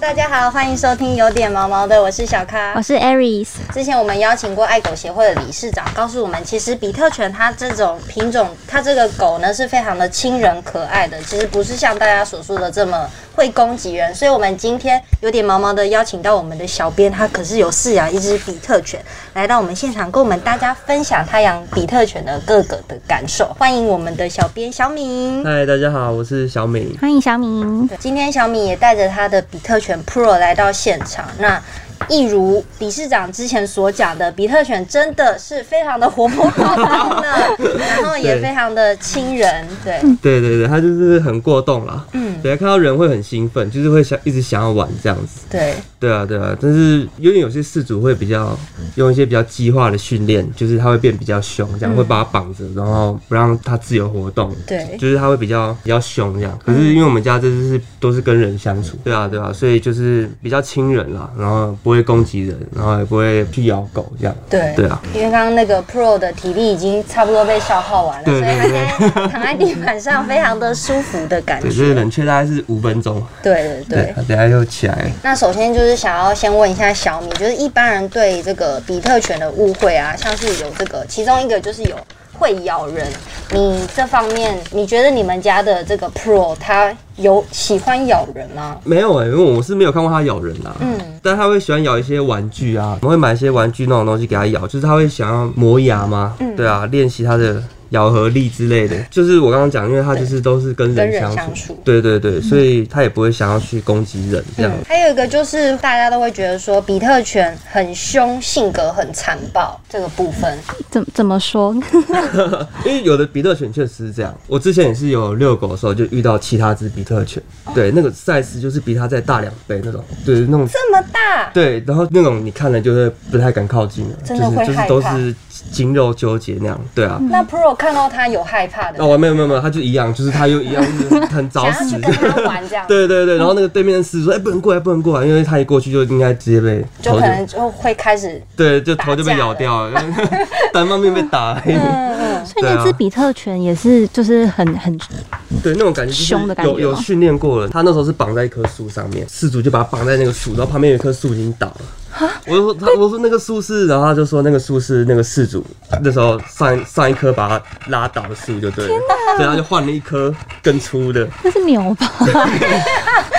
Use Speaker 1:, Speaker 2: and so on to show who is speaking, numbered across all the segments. Speaker 1: 大家好，欢迎收听有点毛毛的，我是小咖，
Speaker 2: 我是 Aries。
Speaker 1: 之前我们邀请过爱狗协会的理事长，告诉我们，其实比特犬它这种品种，它这个狗呢是非常的亲人可爱的，其实不是像大家所说的这么会攻击人。所以，我们今天有点毛毛的邀请到我们的小编，他可是有饲养一只比特犬，来到我们现场，跟我们大家分享他养比特犬的各个的感受。欢迎我们的小编小敏。
Speaker 3: 嗨，大家好，我是小敏。
Speaker 2: 欢迎小敏，
Speaker 1: 对今天小米也带着他的比特犬 Pro 来到现场。那一如理事长之前所讲的，比特犬真的是非常的活泼好动 的，然后也
Speaker 3: 对
Speaker 1: 非常的亲人。对，
Speaker 3: 对对对，他就是很过动啦，
Speaker 1: 嗯，
Speaker 3: 对，看到人会很兴奋，就是会想一直想要玩这样子。
Speaker 1: 对，
Speaker 3: 对啊，对啊，但是因为有些事主会比较用一些比较激化的训练，就是他会变比较凶，这样、会把他绑着，然后不让他自由活动。
Speaker 1: 对
Speaker 3: 就是他会比较比较凶这样。可是因为我们家这就是都是跟人相处，对啊，对啊，所以就是比较亲人啦，然后不会攻击人，然后也不会去咬狗这样。
Speaker 1: 对
Speaker 3: 对啊，
Speaker 1: 因为刚刚那个 Pro 的体力已经差不多被消耗完了，所
Speaker 3: 对
Speaker 1: 以
Speaker 3: 对
Speaker 1: 他现在躺在地板上，非常的舒服的感
Speaker 3: 对，就
Speaker 1: 觉。
Speaker 3: 是冷却大概是五分钟，
Speaker 1: 对对对。
Speaker 3: 等下又起来了。
Speaker 1: 那首先就是想要先问一下小米，就是一般人对这个比特犬的误会啊，像是有这个，其中一个就是有会咬人。你这方面，你觉得你们家的这个 Pro 它有喜欢咬人吗？
Speaker 3: 没有哎、因为我是没有看过它咬人啦、嗯，但它会喜欢咬一些玩具啊，我们会买一些玩具那种东西给它咬，就是它会想要磨牙嘛，对啊，练习它的咬合力之类的。就是我刚刚讲，因为它就是都是跟
Speaker 1: 跟人
Speaker 3: 人相处，嗯
Speaker 1: 相处
Speaker 3: 对对对，所以它也不会想要去攻击人这样。
Speaker 1: 嗯还有一个就是大家都会觉得说比特犬很凶，性格很残暴这个部分。
Speaker 2: 怎怎么说？
Speaker 1: 嗯
Speaker 3: 因为有的比特犬确实是这样，我之前也是有遛狗的时候就遇到其他只比特犬，对，那个 size 就是比它再大两倍那种，对，那种
Speaker 1: 这么大，
Speaker 3: 对，然后那种你看了就会不太敢靠近了，就
Speaker 1: 真
Speaker 3: 是
Speaker 1: 的会
Speaker 3: 就是
Speaker 1: 害
Speaker 3: 都
Speaker 1: 怕
Speaker 3: 是筋肉纠结那样，对啊。
Speaker 1: 那 Pro 看到它有害怕的，
Speaker 3: 哦，没有没有没有，他就一样，就是他又一样，就是很 早
Speaker 1: 想要
Speaker 3: 死，
Speaker 1: 去。跟它玩这样
Speaker 3: 对对对，然后那个对面的狮子说：“哎、不能过来，不能过来，因为他一过去就应该直接被
Speaker 1: 就
Speaker 3: 头
Speaker 1: 可能就会开始
Speaker 3: 对，就头就被
Speaker 1: 打架嗯
Speaker 3: 咬掉了， 单方面被打而已。
Speaker 2: 所以
Speaker 3: 对啊
Speaker 2: 那只比特犬也是，就是很很
Speaker 3: 对，那种感觉就是
Speaker 2: 凶的感觉
Speaker 3: 有有
Speaker 2: 吗
Speaker 3: 训练过了。他那时候是绑在一棵树上面，事主就把他绑在那个树，然后旁边有一棵树已经倒了。我就说他，我说那个树是，然后他就说那个树是那个事主那时候上上一棵把他拉倒的树就对了，所以他就换了一棵更粗的。
Speaker 2: 那是牛吧？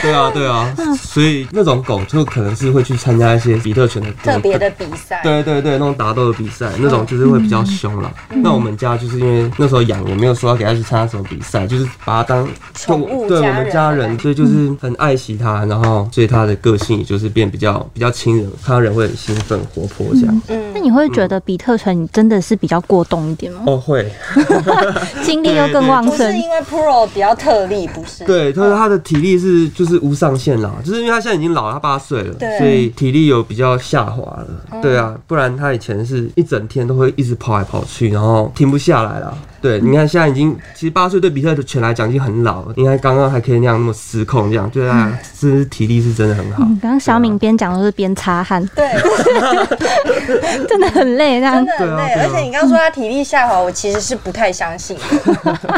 Speaker 3: 对啊，对啊，所以那种狗就可能是会去参加一些比特犬的
Speaker 1: 特别的。比赛。
Speaker 3: 对对对，那种打斗的比赛，那种就是会比较凶啦。那我们家就是因为那时候养，也没有说要给它去参加什么比赛，就是把它当
Speaker 1: 宠物
Speaker 3: 对我
Speaker 1: 家
Speaker 3: 们
Speaker 1: 人
Speaker 3: 家
Speaker 1: 的
Speaker 3: 人
Speaker 1: 感，觉
Speaker 3: 所以就是很爱惜它，然后所以它的个性也就是变比较比较亲人，看到人会很兴奋活泼这样。
Speaker 1: 嗯
Speaker 2: 那你会觉得比特犬真的是比较过动一点吗？
Speaker 3: 哦，会，
Speaker 1: 嗯
Speaker 2: 精力又更旺
Speaker 1: 不是
Speaker 2: 盛，
Speaker 1: 因为 Pro 比较特例，不是？
Speaker 3: 对，他说他的体力是就是无上限啦，就是因为他现在已经老了，他八岁了
Speaker 1: 对，嗯
Speaker 3: 所以体力有比较下滑了。对啊，不然他以前是一整天都会一直跑来跑去，然后停不下来啦。对，你看现在已经，其实八岁对比特犬来讲已经很老了，你看刚刚还可以那样那么失控，这样，对啊，是体力是真的很好。
Speaker 2: 嗯，刚刚小敏边讲都是边擦汗，
Speaker 1: 对，
Speaker 2: 真的很累，这样
Speaker 1: 啊真的很累。
Speaker 3: 对啊对啊
Speaker 1: 而且你刚刚说他体力下滑，我其实是不太相 信的，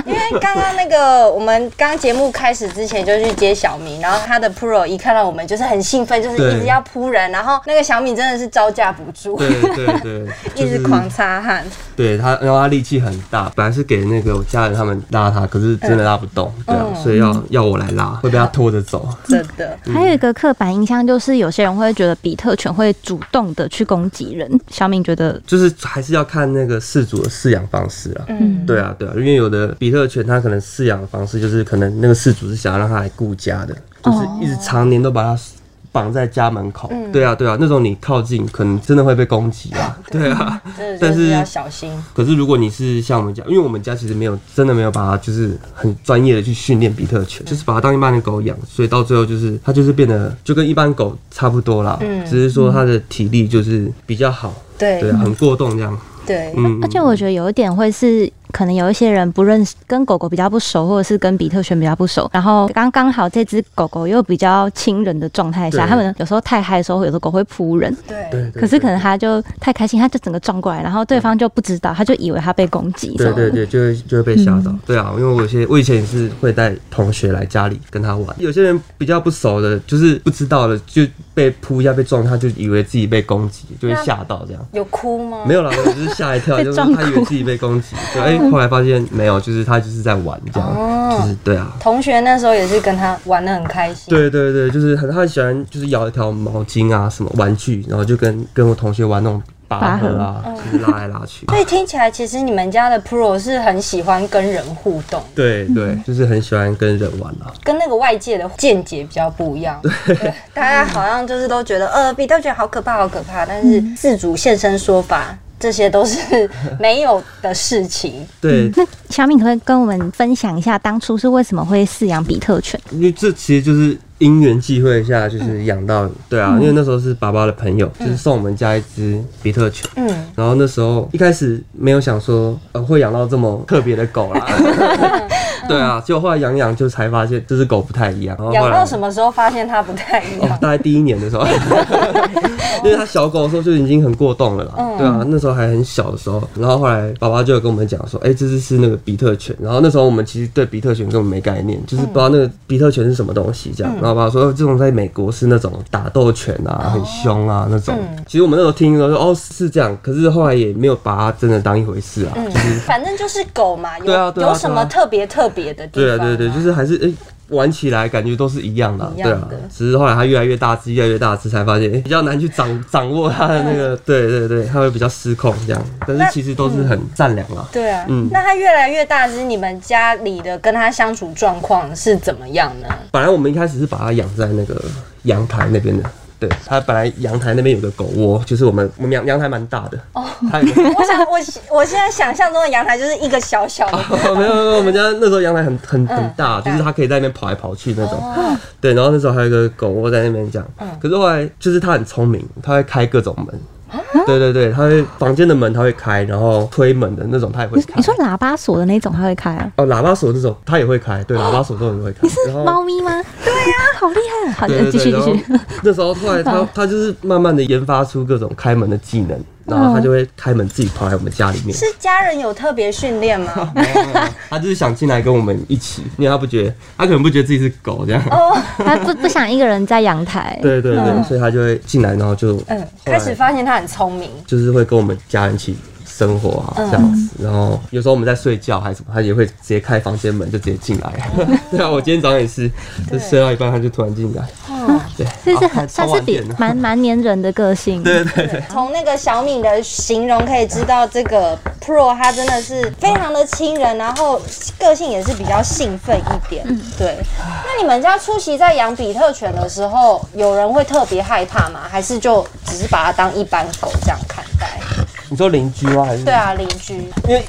Speaker 1: 因为刚刚那个我们刚节目开始之前就去接小明，然后他的 Pro 一看到我们就是很兴奋，就是一直
Speaker 3: 对
Speaker 1: 要扑人，然后那个小米真的是招架不住，
Speaker 3: 对对对，
Speaker 1: 一直狂擦汗。
Speaker 3: 对他，然后他力气很大，本来是给那个我家人他们拉他，可是真的拉不动，对
Speaker 1: 嗯
Speaker 3: 啊，所以要要我来拉，会被他拖着走。
Speaker 1: 真的，
Speaker 2: 还有一个刻板印象就是，有些人会觉得比特犬会主动的去攻击人。小敏觉得，
Speaker 3: 就是还是要看那个饲主的饲养方式啊。
Speaker 1: 嗯，
Speaker 3: 对啊，对啊，因为有的比特犬它可能饲养的方式就是可能那个饲主是想要让它来顾家的，
Speaker 1: 哦
Speaker 3: 就是一直常年都把它绑在家门口。
Speaker 1: 嗯
Speaker 3: 对啊，对啊，那种你靠近可能真的会被攻击 啊。对啊，
Speaker 1: 真的就
Speaker 3: 但
Speaker 1: 是
Speaker 3: 是
Speaker 1: 要小心。
Speaker 3: 可是如果你是像我们家，因为我们家其实没有真的没有把它就是很专业的去训练比特
Speaker 1: 嗯
Speaker 3: 犬，就是把它当一般的狗养，所以到最后就是它就是变得就跟一般狗差不多啦，
Speaker 1: 嗯
Speaker 3: 只是说它的体力就是比较好，
Speaker 1: 对
Speaker 3: 对啊，很过动这样。
Speaker 1: 对，
Speaker 3: 嗯，
Speaker 2: 而且我觉得有一点会是可能有一些人不认识，跟狗狗比较不熟，或者是跟比特犬比较不熟，然后刚刚好这只狗狗又比较亲人的状态下，
Speaker 3: 对
Speaker 2: 他们有时候太嗨的时候，有的狗会扑人，
Speaker 1: 对，
Speaker 3: 对，对
Speaker 2: 可是可能它就太开心，它就整个撞过来，然后对方就不知道，他就以为他被攻击，
Speaker 3: 对对对，就会就会被吓到。
Speaker 2: 嗯
Speaker 3: 对啊，因为我有些我以前也是会带同学来家里跟他玩，有些人比较不熟的，就是不知道的，就被扑一下被撞，他就以为自己被攻击，就会吓到这样。
Speaker 1: 有哭吗？
Speaker 3: 没有啦，我只是吓一跳，
Speaker 2: 被
Speaker 3: 就是
Speaker 2: 撞
Speaker 3: 他以为自己被 攻击，对，哎、后来发现没有，就是他就是在玩这
Speaker 2: 哦
Speaker 3: 样，就是对啊。
Speaker 1: 同学那时候也是跟他玩的很开心。
Speaker 3: 对对对，就是很他很喜欢，就是咬一条毛巾啊什么玩具，然后就跟跟我同学玩那种拔河啊，就是拉来 拉去。
Speaker 1: 所以听起来，其实你们家的 Pro 是很喜欢跟人互动，
Speaker 3: 对对，就是很喜欢跟人玩啊。
Speaker 1: 跟那个外界的见解比较不一样。对，大家好像就是都觉得，呃，比特犬好可怕，好可怕。但是自主现身说法，这些都是没有的事 情。
Speaker 3: 对，
Speaker 2: 那小敏可不可以跟我们分享一下当初是为什么会饲养比特犬？
Speaker 3: 因为这其实就是因缘际会下，就是养到、
Speaker 1: 嗯
Speaker 3: 对啊，因为那时候是爸爸的朋友，就是送我们家一只比特犬。
Speaker 1: 嗯，
Speaker 3: 然后那时候一开始没有想说，呃，会养到这么特别的狗 啦。对啊，结果后来养养就才发现这只狗不太一样。然后后
Speaker 1: 养
Speaker 3: 来
Speaker 1: 到什么时候发现它不太一
Speaker 3: 哦
Speaker 1: 样，？
Speaker 3: 大概第一年的时候，因为它小狗的时候就已经很过动了啦，对啊，那时候还很小的时候，然后后来爸爸就有跟我们讲说，哎、这只是那个比特犬，然后那时候我们其实对比特犬根本没概念，就是不知道那个比特犬是什么东西这样，然后爸爸说、哦这种在美国是那种打斗犬啊，很凶啊那种，其实我们那时候听的时候哦是这样，可是后来也没有把它真的当一回事啊，
Speaker 1: 嗯，反正就是狗嘛，有
Speaker 3: 对啊对啊
Speaker 1: 有什么
Speaker 3: 对啊
Speaker 1: 特别特别的地
Speaker 3: 对啊，
Speaker 1: 方吗？
Speaker 3: 对对，就是还是哎、诶玩起来感觉都是一样的啊、
Speaker 1: 一样
Speaker 3: 对啊
Speaker 1: 的。
Speaker 3: 只是后来它越来越大只，越来越大只，才发现、诶比较难去掌掌握它的那 个，对对对，它会比较失控这样。但是
Speaker 1: 那
Speaker 3: 其实都是很善良啊。
Speaker 1: 对啊，
Speaker 3: 嗯
Speaker 1: 那它越来越大只，你们家里的跟它相处状况是怎么样呢？
Speaker 3: 本来我们一开始是把它养在那个阳台那边的。对，它本来阳台那边有个狗窝，就是我们我们阳阳台蛮大的，哦，它有个
Speaker 1: 我想，我我现在想象中的阳台就是一个小小的，
Speaker 3: 哦， 没有没有，我们家那时候阳台很
Speaker 2: 嗯
Speaker 3: 很很大，
Speaker 1: 大
Speaker 3: 就是它可以在那边跑来跑去那种。
Speaker 2: 哦
Speaker 3: 对，然后那时候还有一个狗窝在那边这样。
Speaker 2: 嗯
Speaker 3: 可是后来就是它很聪明，它会开各种
Speaker 2: 啊
Speaker 3: 门。对对对，它会房间的门它会开，然后推门的那种它也会
Speaker 2: 你
Speaker 3: 开
Speaker 2: 你。说喇叭锁的那种，它会开啊？
Speaker 3: 哦，喇叭锁这种它也会开，对，喇叭锁这种也会开。
Speaker 2: 哦你是
Speaker 3: 然后
Speaker 2: 猫咪吗？对呀、好厉害！啊好，呃
Speaker 3: 对
Speaker 2: 继
Speaker 3: 对
Speaker 2: 续
Speaker 3: 对，然
Speaker 2: 继
Speaker 3: 后
Speaker 2: 续。
Speaker 3: 那时候后来他他就是慢慢的研发出各种开门的技能，
Speaker 2: 嗯
Speaker 3: 然后他就会开门自己跑来我们家里面。
Speaker 1: 是家人有特别训练吗？
Speaker 3: 他就是想进来跟我们一起，因为他不觉得，他可能不觉得自己是狗这样。
Speaker 2: 它不不想一个人在阳台。
Speaker 3: 对对对，所以他就会进来，然后就
Speaker 1: 嗯，
Speaker 3: 后
Speaker 1: 开
Speaker 3: 来
Speaker 1: 始发现它很聪明，
Speaker 3: 就是会跟我们家人一起生活啊，
Speaker 1: 嗯
Speaker 3: 这样子。然后有时候我们在睡觉还是什么，他也会直接开房间门就直接进 来。对啊，我今天早上也是，就睡到一半他就突然进来。对，
Speaker 2: 这是
Speaker 3: 啊
Speaker 2: 很
Speaker 3: 还
Speaker 2: 算
Speaker 3: 超
Speaker 2: 是
Speaker 3: 晚
Speaker 2: 比
Speaker 3: 点的
Speaker 2: 蛮蛮粘人的个性，
Speaker 3: 对对对，
Speaker 1: 从那个小敏的形容可以知道，这个 Pro 他真的是非常的亲人，然后个性也是比较兴奋一点。对，那你们家出席在养比特犬的时候，有人会特别害怕吗？还是就只是把它当一般狗这样看待？
Speaker 3: 你说邻居吗？还是
Speaker 1: 对啊，邻居，
Speaker 3: 因为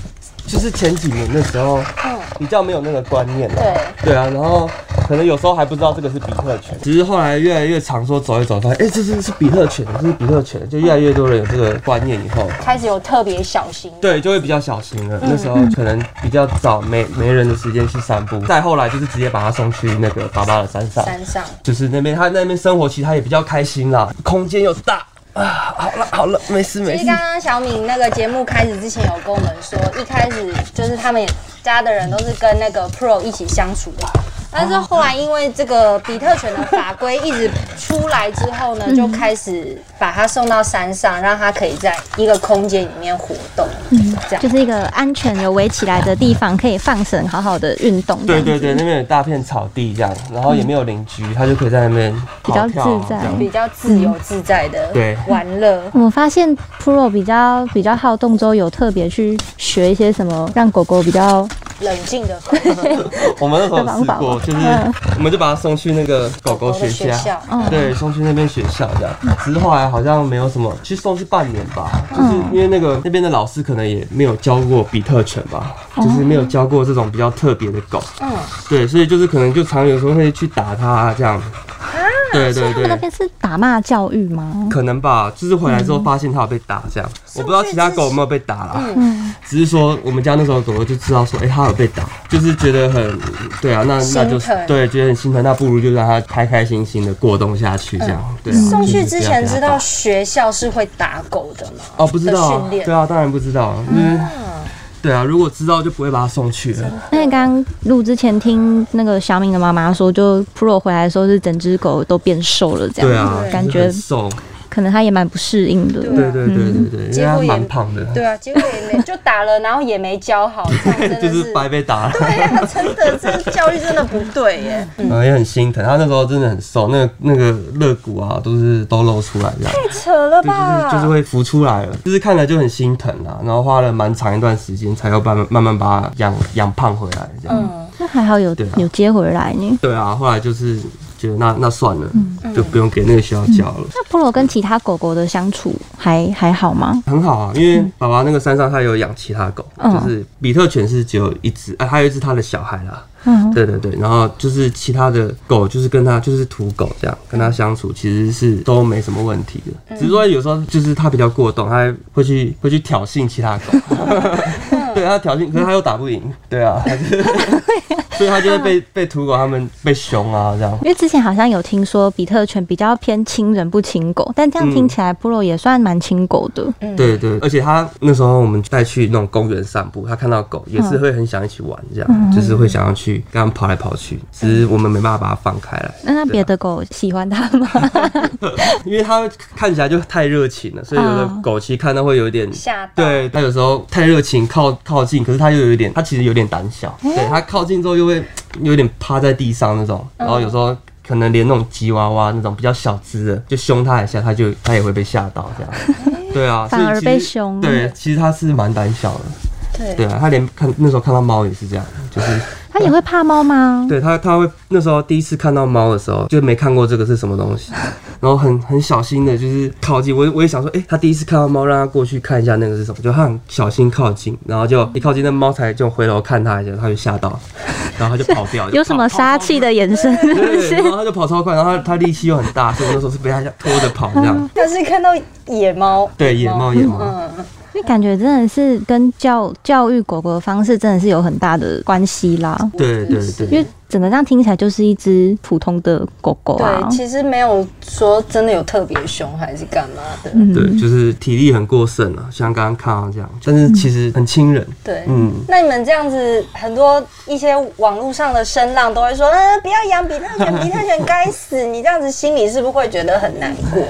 Speaker 3: 就是前几年的时候
Speaker 1: 嗯，
Speaker 3: 比较没有那个观念了。
Speaker 1: 对。
Speaker 3: 对啊，然后可能有时候还不知道这个是比特犬，只是后来越来越常说走一走，发现哎、这是是比特犬，这是比特犬，就越来越多人有这个观念以后，
Speaker 1: 开始有特别小心。
Speaker 3: 对，就会比较小心了。那时候可能比较早没没人的时间去散步，再后来就是直接把它送去那个爸爸的山上，
Speaker 1: 山上，
Speaker 3: 就是那边他那边生活，其实他也比较开心啦，空间又大啊。好了好了，没事
Speaker 1: 其
Speaker 3: 没
Speaker 1: 实
Speaker 3: 事。
Speaker 1: 刚刚小敏那个节目开始之前有跟我们说，一开始就是他们家的人都是跟那个 Pro 一起相处的，但是后来因为这个比特犬的法规一直出来之后呢，就开始把它送到山上，让它可以在一个空间里面活动，这样
Speaker 2: 就是一个安全有围起来的地方，可以放绳，好好的运动。
Speaker 3: 对对对，那边有大片草地这样，然后也没有邻居，他就可以在那边
Speaker 2: 比较
Speaker 3: 跑跳啊
Speaker 2: 自在
Speaker 3: 这样
Speaker 1: 比较自由自在的
Speaker 3: 嗯对
Speaker 1: 玩乐。
Speaker 2: 我发现 Pro 比较比较好动之后，有特别去学一些什么让狗狗比较
Speaker 1: 冷静的
Speaker 3: 我们那时候有试
Speaker 2: 这方
Speaker 3: 过，
Speaker 2: 法
Speaker 3: 就是我们就把它送去那个狗狗
Speaker 1: 狗狗
Speaker 3: 学
Speaker 1: 的学
Speaker 3: 校
Speaker 1: 校，
Speaker 3: 对，送去那边学校这样。只是后来好像没有什么，去送去半年吧，就是因为那个那边的老师可能也没有教过比特犬吧，就是没有教过这种比较特别的狗，
Speaker 1: 嗯，
Speaker 3: 对，所以就是可能就常有时候会去打它啊这样。对
Speaker 2: 所以
Speaker 3: 对
Speaker 2: 他们那
Speaker 3: 对，
Speaker 2: 边是打骂教育吗？
Speaker 3: 可能吧，就是回来之后发现它有被打这样，
Speaker 1: 嗯
Speaker 3: 我不知道其他狗有没有被打啦，只是说我们家那时候狗狗就知道说，哎、它有被打，就是觉得很，对啊，那那就
Speaker 1: 心疼
Speaker 3: 对，觉得很心疼，那不如就让它开开心心的过冬下去这样，对啊。
Speaker 1: 嗯送去
Speaker 3: 就是
Speaker 1: 之
Speaker 3: 不要
Speaker 1: 前
Speaker 3: 给它
Speaker 1: 知
Speaker 3: 打
Speaker 1: 道学校是会打狗的吗？
Speaker 3: 哦，不知道
Speaker 1: 的
Speaker 3: 啊
Speaker 1: 训，练嗯
Speaker 3: 对啊，当然不知道，因为对啊，如果知道就不会把它送去了。
Speaker 2: 那你刚刚录之前听那个小敏的妈妈说，就 Pro 回来的时候是整只狗都变瘦了，这样
Speaker 3: 对啊，
Speaker 2: 感
Speaker 3: 就是
Speaker 2: 觉
Speaker 3: 很瘦，
Speaker 2: 可能它也蛮不适应的。
Speaker 1: 对啊
Speaker 3: 对对对对对，因为
Speaker 1: 结
Speaker 3: 它
Speaker 1: 果也
Speaker 3: 蛮胖的，
Speaker 1: 对啊，结果也没就打了，然后也没教好，这样真的
Speaker 3: 就是是白被打了。
Speaker 1: 对啊，真的，这教育真的不对耶。
Speaker 3: 嗯，也很心疼，他那时候真的很瘦，那个那个肋骨啊，都是都露出来这样，
Speaker 1: 扯了
Speaker 3: 对，就
Speaker 1: 吧？
Speaker 3: 是就是会浮出来了，就是看着就很心疼啊。然后花了蛮长一段时间，才又慢慢慢慢把它养养胖回来这样。
Speaker 2: 那还好有
Speaker 3: 对啊
Speaker 2: 有接回来呢。
Speaker 3: 对啊，后来就是觉得那那算了，就不用给那个学校教了。
Speaker 2: 那 Pro 跟其他狗狗的相处还还好吗？
Speaker 3: 很好啊，因为爸爸那个山上他有养其他狗，
Speaker 2: 嗯
Speaker 3: 就是比特犬是只有一只，啊，还有一只他的小孩啦。
Speaker 2: 嗯，
Speaker 3: 对对对，然后就是其他的狗，就是跟它就是土狗这样，跟它相处其实是都没什么问题的，只是说有时候就是它比较过动，它会去会去挑衅其他狗，对它挑衅，可是它又打不赢，对啊，它就是所以它就会被被土狗他们被凶啊这样。
Speaker 2: 因为之前好像有听说比特犬比较偏亲人不亲狗，但这样听起来 Pro 也算蛮亲狗的。
Speaker 3: 对对，而且它那时候我们带去那种公园散步，它看到狗也是会很想一起玩这样，就是会想要去跟它们跑来跑去，只是我们没办法把它放开来。
Speaker 1: 嗯
Speaker 2: 那那别的狗喜欢它吗？
Speaker 1: 啊
Speaker 3: 因为它看起来就太热情了，所以有的
Speaker 2: 嗯
Speaker 3: 狗其实看到会有点
Speaker 1: 吓到
Speaker 3: 对，它有时候太热情靠靠近，可是它又有点，它其实有点胆小。
Speaker 2: 嗯
Speaker 3: 对，它靠近之后又会有点趴在地上那种，
Speaker 2: 嗯
Speaker 3: 然后有时候。可能连那种吉娃娃那种比较小只的，就凶它一下，它就它也会被吓到这样。对啊，
Speaker 2: 反
Speaker 3: 所以
Speaker 2: 而
Speaker 3: 其实
Speaker 2: 被凶
Speaker 3: 对，其实它是蛮胆小的。
Speaker 1: 对
Speaker 3: 对啊，它连看那时候看到猫也是这样，就是
Speaker 2: 它也会怕猫吗？
Speaker 3: 对他，他会那时候第一次看到猫的时候，就没看过这个是什么 东西，然后很很小心的，就是靠近。我我也想说，哎、他第一次看到猫，让他过去看一下那个是什么，就他很小心靠近，然后就一靠近那猫才就回头看他一下，他就 吓到，然后他就跑掉。
Speaker 2: 有什么杀气的眼神？
Speaker 3: 对，然后他就跑超快，然后他他力气又很大，所以我那时候是被他拖着跑这
Speaker 2: 嗯
Speaker 3: 样。
Speaker 1: 但是看到野猫，
Speaker 3: 对，野猫野猫，
Speaker 1: 嗯，
Speaker 2: 因为感觉真的是跟教教育狗狗的方式真的是有很大的关系啦。
Speaker 3: 对对
Speaker 2: 因
Speaker 3: 对
Speaker 2: 为整个这样听起来就是一只普通的狗狗啊
Speaker 1: 对，。其实没有说真的有特别凶还是干嘛的，
Speaker 2: 嗯
Speaker 3: 对，就是体力很过剩啊，像刚刚看到这样，但是其实很亲人。
Speaker 1: 对，
Speaker 3: 嗯
Speaker 1: 那你们这样子，很多一些网络上的声浪都会说，嗯，不要养比特犬，比特 犬该死。你这样子心里是不是会觉得很难过？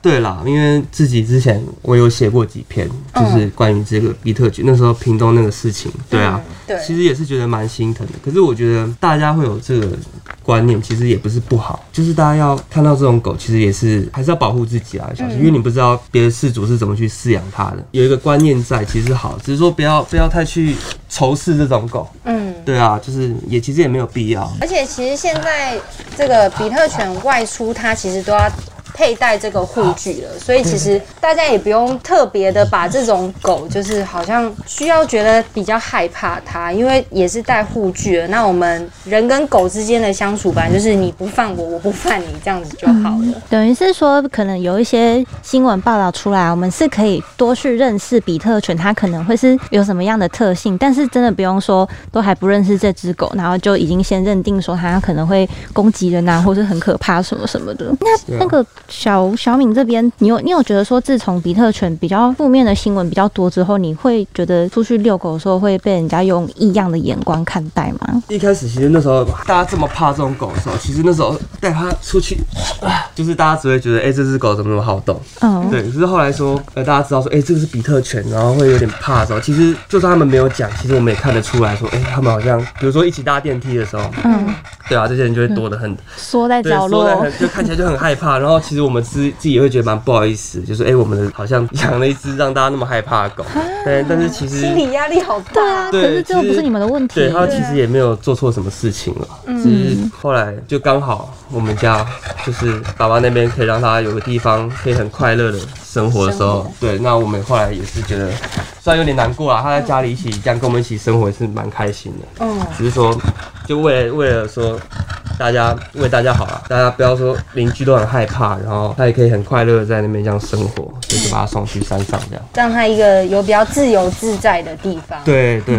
Speaker 3: 对啦，因为自己之前我有写过几篇，
Speaker 1: 嗯
Speaker 3: 就是关于这个比特犬，那时候屏东那个事情，对啊，
Speaker 1: 嗯对
Speaker 3: 其实也是觉得蛮心疼的。可是我觉得大家会有这个观念，其实也不是不好，就是大家要看到这种狗，其实也是还是要保护自己啊，小
Speaker 1: 嗯
Speaker 3: 心，因为你不知道别的饲主是怎么去饲养它的，有一个观念在，其实好，只是说不要不要太去仇视这种狗，
Speaker 1: 嗯。
Speaker 3: 对啊，就是也其实也没有必要，
Speaker 1: 而且其实现在这个比特犬外出，它其实都要佩戴这个护具了，所以其实大家也不用特别的把这种狗，就是好像需要觉得比较害怕它，因为也是戴护具了。那我们人跟狗之间的相处，本来就是你不犯我，我不犯你，这样子就好了。
Speaker 2: 等于是说，可能有一些新闻报道出来，我们是可以多去认识比特犬，它可能会是有什么样的特性，但是真的不用说都还不认识这只狗，然后就已经先认定说它可能会攻击人啊，或是很可怕什么什么的。那
Speaker 3: 对啊
Speaker 2: 那个小小敏这边，你有你有觉得说，自从比特犬比较负面的新闻比较多之后，你会觉得出去遛狗的时候会被人家用异样的眼光看待吗？
Speaker 3: 一开始其实那时候大家这么怕这种狗的时候，其实那时候带它出去， 啊就是大家只会觉得，哎、这只狗怎么那么好动？
Speaker 2: 嗯，
Speaker 3: 对，可是后来说，呃，大家知道说，哎、这个是比特犬，然后会有点怕的时候，其实就算他们没有讲，其实我们也看得出来说，哎、他们好像，比如说一起搭电梯的时候，嗯，对啊，这些人就会躲得很，
Speaker 2: 缩在嗯
Speaker 3: 对，
Speaker 2: 角
Speaker 3: 缩得
Speaker 2: 落
Speaker 3: 很，就看起来就很害怕。然后其实我们自自己也会觉得蛮不好意思，就是哎、我们的好像养了一只让大家那么害怕的狗，
Speaker 2: 啊
Speaker 3: 对，但是其实
Speaker 1: 心理压力好大
Speaker 2: 对啊，
Speaker 1: 啊，
Speaker 2: 可
Speaker 3: 对
Speaker 2: 是这又
Speaker 3: 其
Speaker 2: 不
Speaker 3: 实
Speaker 2: 是你们的问题。
Speaker 3: 对嗯他其实也没有做错什么事情了，只是后来就刚好我们家就是爸爸那边可以让他有个地方可以很快乐的生活的时候，对，那我们后来也是觉得虽然有点难过啊，他在家里一起这样跟我们一起生活也是蛮开心的，
Speaker 1: 嗯，
Speaker 3: 只是说就为了为了说。大家为大家好啊，大家不要说邻居都很害怕，然后他也可以很快乐的在那边这样生活，所以就把他送去山上这样。
Speaker 1: 让他一个有比较自由自在的地方，
Speaker 3: 对对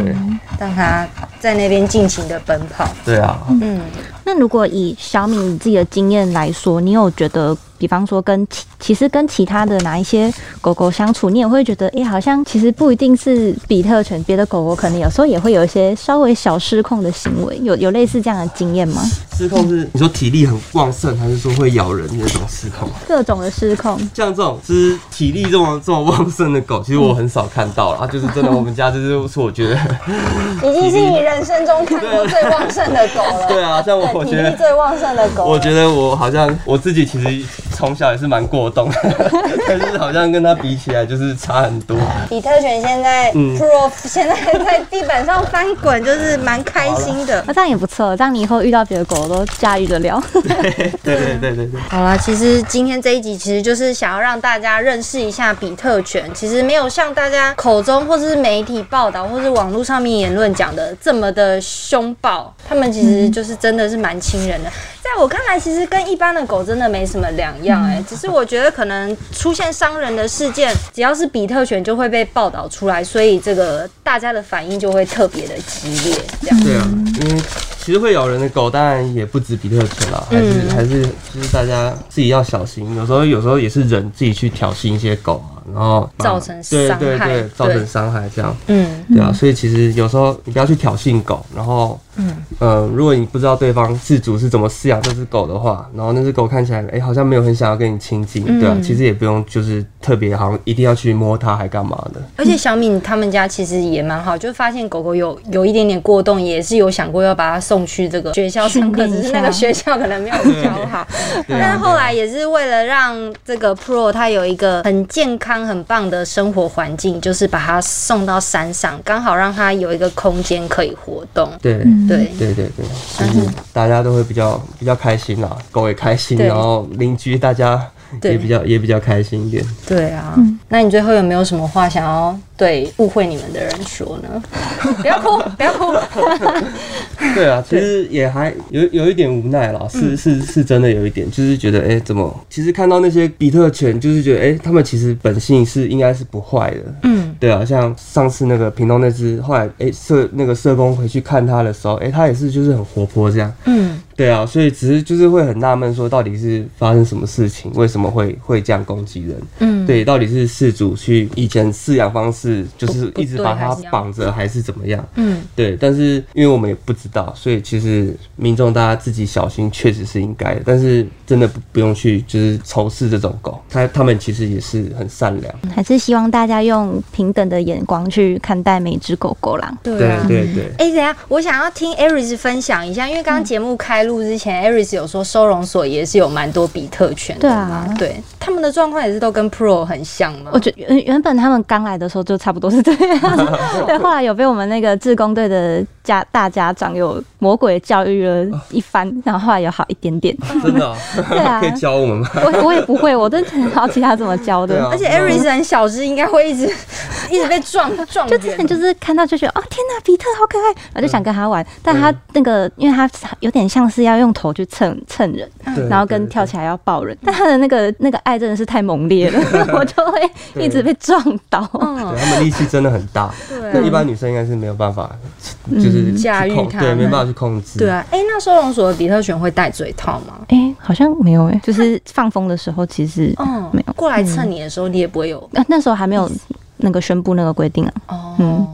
Speaker 1: 让他在那边尽情的奔跑。
Speaker 3: 对啊，
Speaker 1: 嗯，
Speaker 2: 那如果以小米你自己的经验来说，你有觉得，比方说跟其其实跟其他的哪一些狗狗相处，你也会觉得，哎、好像其实不一定是比特犬，别的狗狗可能有时候也会有一些稍微小失控的行为，有有类似这样的经验吗？
Speaker 3: 失控是你说体力很旺盛，还是说会咬人那种失控？
Speaker 2: 各种的失控，
Speaker 3: 像这种就是体力这么这么旺盛的狗，其实我很少看到啦，就是真的，我们家就是是我觉得。
Speaker 1: 已经是你人生中看过最旺盛的狗了。
Speaker 3: 对啊像我
Speaker 1: 对
Speaker 3: 我
Speaker 1: 体
Speaker 3: 觉得
Speaker 1: 力最旺盛的狗了，
Speaker 3: 我觉得我好像我自己其实从小也是蛮过动的， 但是好像跟他比起来就是差很多。
Speaker 1: 比特犬现在
Speaker 3: 嗯
Speaker 1: Pro 现在在地板上翻滚，就是蛮开心的。
Speaker 2: 那这样也不错，这样你以后遇到别的狗都驾驭得了。
Speaker 3: 对对对对对，
Speaker 1: 好啦，其实今天这一集其实就是想要让大家认识一下比特犬。其实没有像大家口中或是媒体报道或是网络上面言论讲的这么的凶暴，他们其实就是真的是蛮亲人的。在我看来，其实跟一般的狗真的没什么两样哎、只是我觉得可能出现伤人的事件，只要是比特犬就会被报道出来，所以这个大家的反应就会特别的激烈。这样，
Speaker 3: 对啊，因为其实会咬人的狗，当然也不止比特犬啦，还是、
Speaker 1: 嗯
Speaker 3: 还是就是大家自己要小心。有时候有时候也是人自己去挑衅一些狗嘛，然后把
Speaker 1: 造成伤害
Speaker 3: 对对对
Speaker 1: 对，
Speaker 3: 造成伤害这样。
Speaker 1: 嗯。
Speaker 3: 对啊，所以其实有时候你不要去挑衅狗，然后，嗯，呃，如果你不知道对方饲主是怎么饲养这只狗的话，然后那只狗看起来，哎、好像没有很想要跟你亲近，
Speaker 1: 嗯
Speaker 3: 对啊，其实也不用就是特别好像一定要去摸它还干嘛的，
Speaker 1: 而且小敏他们家其实也蛮好，就发现狗狗有有一点点过动，也是有想过要把它送去这个学校上课，
Speaker 2: 训练一
Speaker 1: 只
Speaker 2: 下
Speaker 1: 是那个学校可能没有教 好。
Speaker 3: 对啊
Speaker 1: 但是后来也是为了让这个 Pro 它有一个很健康、很棒的生活环境，就是把它送到山上，刚好让它有一个空间可以活动。
Speaker 3: 对。
Speaker 1: 对，
Speaker 3: 对对对，
Speaker 1: 嗯
Speaker 3: 就是大家都会比较比较开心啦，狗也开心，
Speaker 1: 对
Speaker 3: 然后邻居大家
Speaker 1: 对
Speaker 3: 也比较也比较开心一点。
Speaker 1: 对啊，那你最后有没有什么话想要对误会你们的人说呢？ 不要哭，不要哭。
Speaker 3: 对啊，其实也还有有一点无奈
Speaker 1: 嗯
Speaker 3: 啦，是是是真的有一点，就是觉得哎、诶怎么？其实看到那些比特犬，就是觉得哎、诶他们其实本性是应该是不坏的。
Speaker 1: 嗯，
Speaker 3: 对啊，像上次那个屏东那只，后来哎、诶社那个社工回去看它的时候，哎、它也是就是很活泼这样。
Speaker 1: 嗯，
Speaker 3: 对啊，所以只是就是会很纳闷，说到底是发生什么事情，为什么会会这样攻击人？
Speaker 1: 嗯，
Speaker 3: 对，到底是事主去以前饲养方式，就是
Speaker 1: 不
Speaker 3: 一直把
Speaker 1: 不对
Speaker 3: 它
Speaker 1: 还是要
Speaker 3: 绑着，还是怎么样？
Speaker 1: 嗯，
Speaker 3: 对，但是因为我们也不知道，所以其实民众大家自己小心，确实是应该的。但是真的不不用去就是仇视这种狗，它它们其实也是很善良。
Speaker 2: 还是希望大家用平等的眼光去看待每只狗狗啦。
Speaker 1: 对
Speaker 3: 对
Speaker 1: 啊。
Speaker 3: 对 对，
Speaker 1: 哎、等一下，我想要听 Aris 分享一下，因为刚刚节目开录之前、a
Speaker 2: 嗯
Speaker 1: r i s 有说收容所也是有蛮多比特犬的嘛，
Speaker 2: 对啊
Speaker 1: 对，他们的状况也是都跟 Pro 很像吗？
Speaker 2: 我觉得原原本他们刚来的时候就差不多是这 样，对，后来有被我们那个志工队的家大家长有魔鬼教育了一番，然后后来有好一点 点。
Speaker 3: 真的哦、
Speaker 2: 啊
Speaker 3: 可以教我们吗？
Speaker 2: 我我也不会，我真的很好奇他怎么教
Speaker 3: 对
Speaker 2: 的
Speaker 3: 啊。
Speaker 1: 而且 Aris 很小只，应该会一直 一直被撞撞
Speaker 2: 就之前
Speaker 1: 远。
Speaker 2: 就是看到就觉得哦天呐，比特好可爱，我就想跟他
Speaker 3: 嗯
Speaker 2: 玩，但他那个因为他有点像是要用头去蹭蹭人，
Speaker 3: 对
Speaker 2: 嗯然后跟跳起来要抱人，但他的那个那个爱真的是太猛烈 了，我就会一直被撞倒。
Speaker 1: 嗯
Speaker 3: 对，他们力气真的很大。
Speaker 1: 对
Speaker 3: 那
Speaker 1: 啊嗯
Speaker 3: 一般女生应该是没有办法，就是去
Speaker 1: 驾驭
Speaker 3: 控
Speaker 1: 它
Speaker 3: 对，
Speaker 1: 们
Speaker 3: 没办法去控制。
Speaker 1: 对啊，哎、那收容所的比特犬会戴嘴套吗？
Speaker 2: 哎、好像没有哎、哦就是放风的时候其实
Speaker 1: 嗯，
Speaker 2: 没有，
Speaker 1: 过来蹭你的时候，你也不会有
Speaker 2: 啊、那时候还没有那个宣布那个规定啊，
Speaker 1: 哦。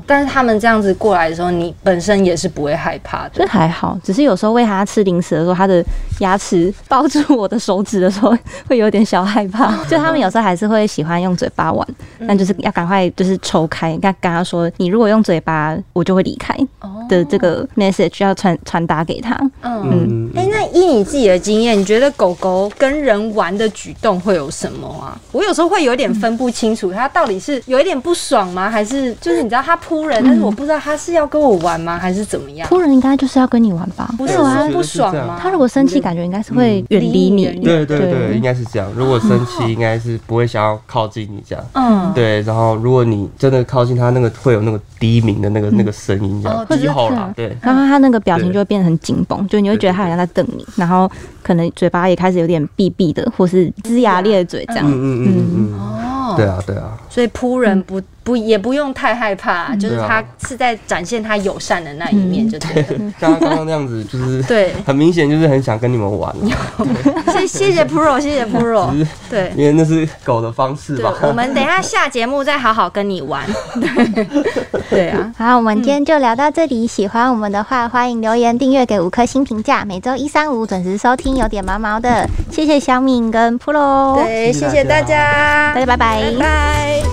Speaker 1: 但是他们这样子过来的时候，你本身也是不会害怕
Speaker 2: 所
Speaker 1: 的
Speaker 2: 以。还好，只是有时候喂它吃零食的时候，它的牙齿抱住我的手指的时候，会有点小害怕。就他们有时候还是会喜欢用嘴巴玩，但就是要赶快就是抽开，跟跟他说，你如果用嘴巴，我就会离开
Speaker 1: 哦
Speaker 2: 的这个 message 要传传达给他。
Speaker 1: 嗯。
Speaker 3: 嗯，
Speaker 1: 哎、那依你自己的经验，你觉得狗狗跟人玩的举动会有什么啊？我有时候会有点分不清楚，它到底是有一点点不爽吗？还是就是你知道他扑人，但是我不知道他是要跟我玩吗，还是怎么样？
Speaker 2: 扑人应该就是要跟你玩吧？
Speaker 1: 不
Speaker 3: 对
Speaker 1: 是
Speaker 3: 我
Speaker 1: 啊
Speaker 3: 觉得
Speaker 1: 不
Speaker 3: 是
Speaker 1: 爽
Speaker 3: 这样
Speaker 1: 吗？
Speaker 2: 他如果生气，感觉应该是会嗯远离
Speaker 1: 离
Speaker 2: 你
Speaker 1: 你。
Speaker 3: 嗯对对对，
Speaker 2: 对
Speaker 3: 应该是这样。如果生气，应该是不会想要靠近你这样。
Speaker 1: 嗯，
Speaker 3: 对，然后如果你真的靠近他，那个会有那个低鸣的那个那个声音，这
Speaker 1: 哦
Speaker 3: 样
Speaker 1: 就是
Speaker 3: 低吼啦，对。
Speaker 2: 然后他那个表情
Speaker 3: 对
Speaker 2: 就会变得很紧绷，就你会觉得他好像在瞪你，然后可能嘴巴也开始有点闭闭的，或是龇牙咧嘴这
Speaker 3: 嗯
Speaker 2: 样。
Speaker 3: 嗯嗯嗯嗯，
Speaker 1: 哦，
Speaker 3: 对啊对啊，
Speaker 1: 所以扑人不不也不用太害怕，就是
Speaker 3: 对啊
Speaker 1: 他是在展现他友善的那一面，就对了。
Speaker 3: 像他刚刚那样子，就是
Speaker 1: 嗯 对
Speaker 3: 很明显就是很想跟你们玩啊，
Speaker 1: 谢谢谢 Pro，谢谢 Pro，
Speaker 3: 只是
Speaker 1: 对。
Speaker 3: 因为那嗯是狗的方式
Speaker 1: 对
Speaker 3: 吧，。
Speaker 1: 我们等一下下节目再好好跟你玩。对 对啊，
Speaker 4: 好，我们今天就聊到这里。喜欢我们的话，欢迎留言、订阅，给五颗星评价。每周一、三、五准时收听，有点毛毛的。谢谢小敏跟 Pro，
Speaker 1: 哦对，谢
Speaker 3: 谢谢
Speaker 1: 谢大
Speaker 3: 大家
Speaker 1: 家，
Speaker 4: 大家拜拜
Speaker 1: 拜拜。